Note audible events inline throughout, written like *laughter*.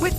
With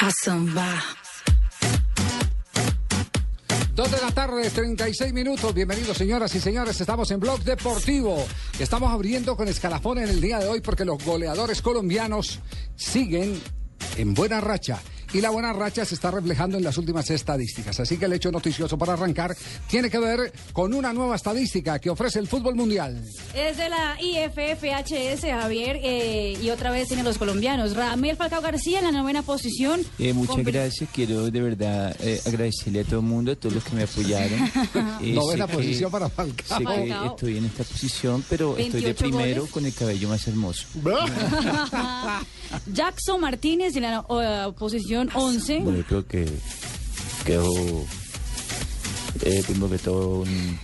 A zumba. Dos de la tarde, 36 minutos. Bienvenidos, señoras y señores. Estamos en Blog Deportivo. Estamos abriendo con escalafón en el día de hoy porque los goleadores colombianos siguen en buena racha. Y la buena racha se está reflejando en las últimas estadísticas. Así que el hecho noticioso para arrancar tiene que ver con una nueva estadística que ofrece el fútbol mundial. Es de la IFFHS, Javier, eh, y otra vez tienen los colombianos. Ramel Falcao García en la novena posición. Eh, muchas Con- gracias, quiero de verdad eh, agradecerle a todo el mundo, a todos los que me apoyaron. Eh, Novena sé que- posición para Sé Falcao. que Falcao. estoy en esta posición, pero estoy de 28 primero goles. con el cabello más hermoso. Jackson Martínez en la eh, posición 11. Bueno, yo creo que quedó eh, primero que todo un,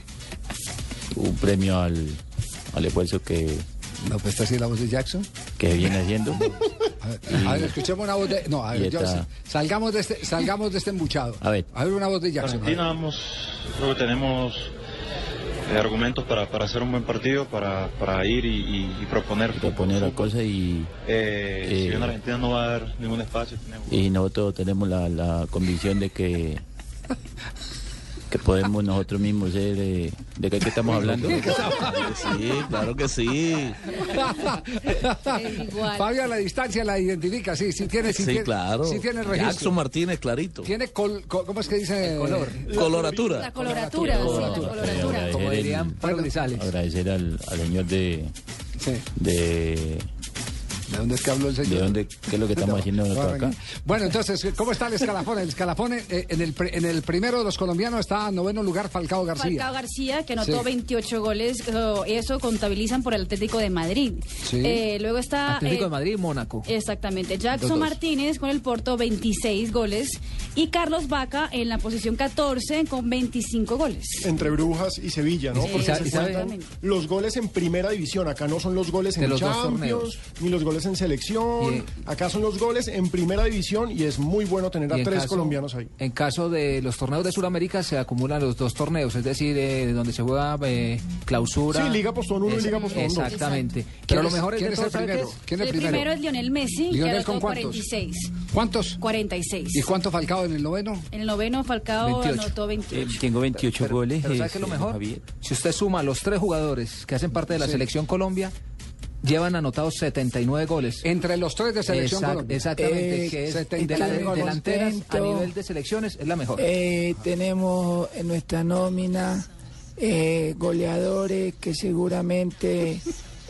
un premio al, al esfuerzo que, No, pues está así la voz de Jackson. que viene *laughs* haciendo. A ver, a ver, escuchemos una voz de. No, a Y ver, yo, está- salgamos, de este, salgamos de este embuchado. A ver. A ver, una voz de Jackson. Argentina vamos, creo que tenemos eh, argumentos para, para hacer un buen partido, para, para ir y, y- y proponer. Proponer la fútbol. cosa y, Eh, Eh, Si bien Argentina no va a dar ningún espacio, tenemos- y nosotros tenemos la, la convicción de que, que podemos nosotros mismos ser... eh, ¿De qué, qué estamos hablando? Sí, claro que sí. Es igual. Fabio a la distancia la identifica, sí, sí tiene, sí, Sí, tiene- claro. sí tiene registro. Jackson Martínez, clarito. Tiene col, col- ¿cómo es que dice? color. La Coloratura. coloratura, sí, la coloratura. Agradecer el- Agradecer al, al señor de, Sí. de, ¿De dónde es que habló el de señor? dónde, qué es lo que estamos haciendo nosotros acá. Bueno, entonces, ¿cómo está el escalafón? El escalafón eh, en el, pre- en el primero de los colombianos está a noveno lugar Falcao García. Falcao García, que anotó Sí. 28 goles, eso- eso contabilizan por el Atlético de Madrid. Sí. Eh, luego está... eh, Madrid, Mónaco. Exactamente. Jackson Los dos. Martínez con el Porto 26 goles y Carlos Vaca en la posición 14 con 25 goles. Eh, entre Brujas y Sevilla, ¿no? Sí, Porque se ¿sabe? cuentan los goles en primera división. Acá no son los goles De en los dos Champions, ni los goles en selección. Acá son los goles en primera división y es muy bueno tener a tres colombianos ahí. En caso de los torneos de Sudamérica se acumulan los dos torneos, es decir, eh, donde se juega clausura. Sí, Liga Postón uno y Liga Postón dos. Exactamente. ¿Quién es- ¿Quién es el primero? ¿Quién es El primero es Lionel Messi, que ¿Lionel anotó con cuántos? 46. ¿Cuántos? 46. ¿Y cuánto Falcao en el noveno? El noveno Falcao 28. anotó 28. Eh, tengo 28 goles. pero ¿sabe eh, qué es lo mejor? Javier. Si usted suma los tres jugadores que hacen parte de la Sí. selección Colombia, llevan anotados 79 goles. Entre los tres de selección Exact- Colombia. Exactamente, Eh, que es 79 de la- goles. delanteras a nivel de selecciones es la mejor. tenemos en nuestra nómina eh, *laughs* goleadores que seguramente...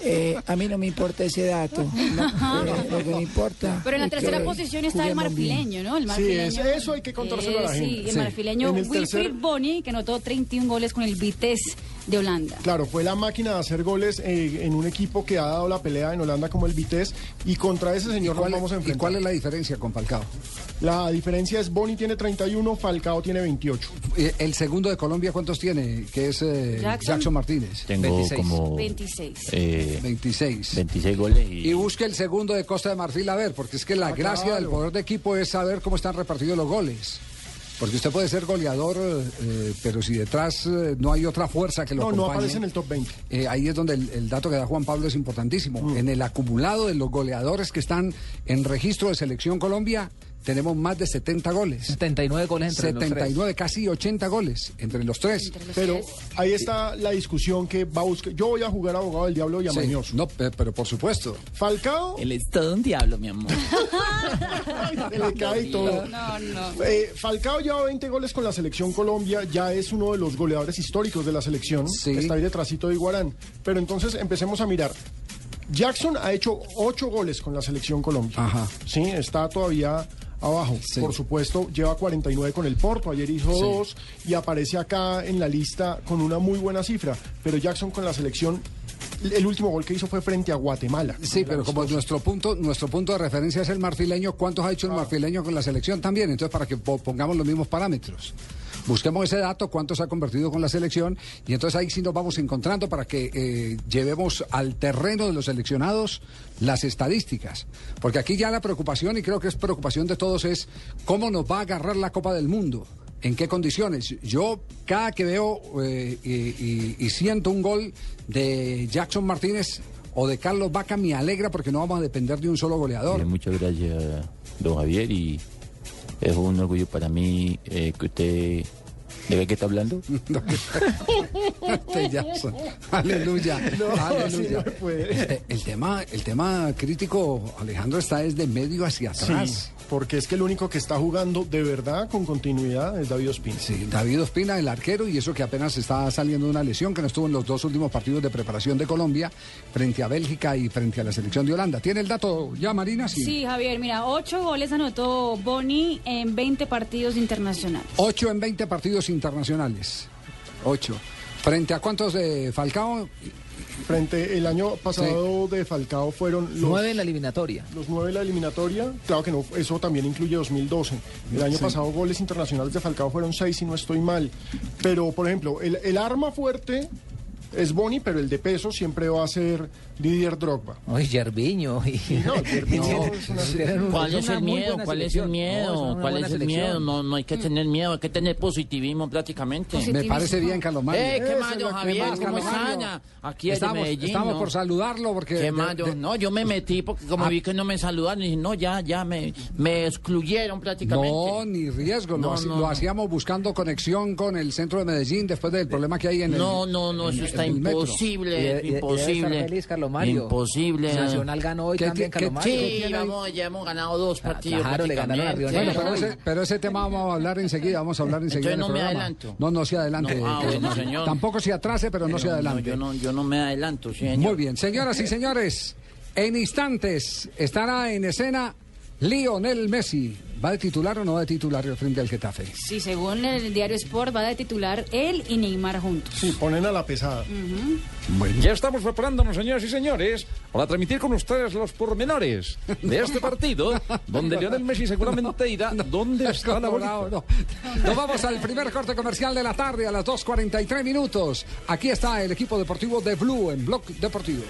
eh, a mí no me importa ese dato. Eh, lo que me importa. Eh, Pero en la tercera posición está el marfileño, ¿no? El Sí, marfileño. es- eso hay que contárselo a la Eh, gente. Sí, el Sí. marfileño En el Wilfried tercer- Boni, que anotó 31 goles con el Vitesse de Holanda. Claro, fue la máquina de hacer goles eh, en un equipo que ha dado la pelea en Holanda como el Vitesse y contra ese señor nos ¿Cuál- vamos a ¿Y enfrentar. cuál es la diferencia con Falcao? La diferencia es Boni tiene 31, Falcao tiene 28. Eh, El segundo de Colombia, ¿cuántos tiene? Que es eh, Jackson. Jackson. Martínez. Tengo 26. como 26. eh, 26. 26 goles y, Y busque el segundo de Costa de Marfil a ver, porque es que la Ah, gracia del poder de equipo es saber cómo están repartidos los goles. Porque usted puede ser goleador, eh, eh, pero si detrás eh, no hay otra fuerza que lo No, no acompañe. aparece en el top 20. eh, ahí es donde el, el dato que da Juan Pablo es importantísimo. Mm. En el acumulado de los goleadores que están en registro de Selección Colombia, tenemos más de 70 goles. 79 goles entre los tres. 79, casi 80 goles entre los tres. Pero ahí está la discusión que va a buscar. Yo voy a jugar abogado del diablo y a Sí, Mañoso. no, pe- pero por supuesto. Falcao Él es todo un diablo, mi amor. se le cae todo. No, no. Eh, Falcao lleva 20 goles con la selección Colombia, ya es uno de los goleadores históricos de la selección, Sí. está ahí detrásito de Iguarán. Pero entonces empecemos a mirar. Jackson ha hecho 8 goles con la selección Colombia. Ajá. Sí, está todavía abajo. Sí. Por supuesto, lleva 49 con el Porto, ayer hizo 2 y aparece acá en la lista con una muy buena cifra. Pero Jackson con la selección El último gol que hizo fue frente a Guatemala. Sí, pero como nuestro punto, nuestro punto de referencia es el marfileño, ¿cuántos ha hecho Ah. el marfileño con la selección también? Entonces, para que po- pongamos los mismos parámetros. Busquemos ese dato, cuántos ha convertido con la selección, y entonces ahí sí nos vamos encontrando para que eh, llevemos al terreno de los seleccionados las estadísticas. Porque aquí ya la preocupación, y creo que es preocupación de todos, es cómo nos va a agarrar la Copa del Mundo. ¿En qué condiciones? Yo cada que veo eh, y, y- y siento un gol de Jackson Martínez o de Carlos Vaca me alegra porque no vamos a depender de un solo goleador. Bien, Eh, muchas gracias, don Javier, y es un orgullo para mí eh, que usted... ¿De qué *laughs* está hablando? Este *laughs* Jackson. Aleluya. No, aleluya. sí, no puede. Este, el, tema, el tema crítico, Alejandro, está desde medio hacia atrás. Sí, porque es que el único que está jugando de verdad con continuidad es David Ospina. Sí, David Ospina, el arquero, y eso que apenas está saliendo de una lesión que no estuvo en los dos últimos partidos de preparación de Colombia frente a Bélgica y frente a la selección de Holanda. ¿Tiene el dato ya, Marina? Sí, Javier, mira, ocho goles anotó Boni en 20 partidos internacionales. 8 en 20 partidos internacionales. 8. ¿Frente a cuántos de Falcao? Frente el año pasado de Falcao fueron los Nueve en la eliminatoria. Los nueve de la eliminatoria, claro que no, eso también incluye 2012. El año Sí. pasado goles internacionales de Falcao fueron seis, si no estoy mal. Pero, por ejemplo, el, el arma fuerte es Boni, pero el de peso siempre va a ser Didier Drogba. Oye, Yerviño. Y... No, *laughs* Yerviño tienen- es una- tienen un- ¿Cuál son es una el muy miedo? buena ¿Cuál es el selección. No, son miedo? una ¿Cuál buena es el selección. miedo? No, no hay que tener miedo, hay que tener positivismo prácticamente. Me parece bien, Carlos Mario. Eh, qué Esa mayo, es la que Javier, más, ¿cómo Carlos Mario. están? Aquí es de estamos, Medellín, estamos ¿no? por saludarlo porque... Qué de- mayo. de- No, yo me metí porque como Ah. vi que no me saludaron, dije, no, ya, ya, me, me excluyeron prácticamente. No, ni riesgo. lo, No, haci- no, lo no. hacíamos buscando conexión con el centro de Medellín después del problema que hay en el. No, no, no, eso está en el metro. Y imposible, de- y de- y debe imposible. estar feliz, Carlos Mario. Imposible. Nacional ganó hoy ¿Qué también, ti- qué Carlos Mario. Sí, vamos, ya hemos ganado dos partidos. Ah, claro, le ganaron a Río prácticamente. Bueno, Negro. pero ese, pero ese tema vamos a hablar enseguida. Vamos a hablar enseguida. Entonces en el no me programa. adelanto. No, no se adelante. No, ah, Carlos bueno, Mario. señor. Tampoco se atrase, pero no se Pero adelante. yo, no, yo no me adelanto, sí, señor. Muy bien, señoras y señores, en instantes estará en escena Lionel Messi. ¿Va de titular o no va de titular frente al Getafe? *laughs* Sí, según el diario Sport va de titular él y Neymar juntos. Sí, ponen a la pesada. Ya estamos preparándonos, señoras y señores, para transmitir con ustedes los pormenores de este partido, donde Lionel Messi seguramente irá. ¿Dónde *laughs* está la Colorado, bolita? no. Nos vamos al primer corte comercial de la tarde a las 2.43 minutos. Aquí está el equipo deportivo de Blue en Blog Deportivo.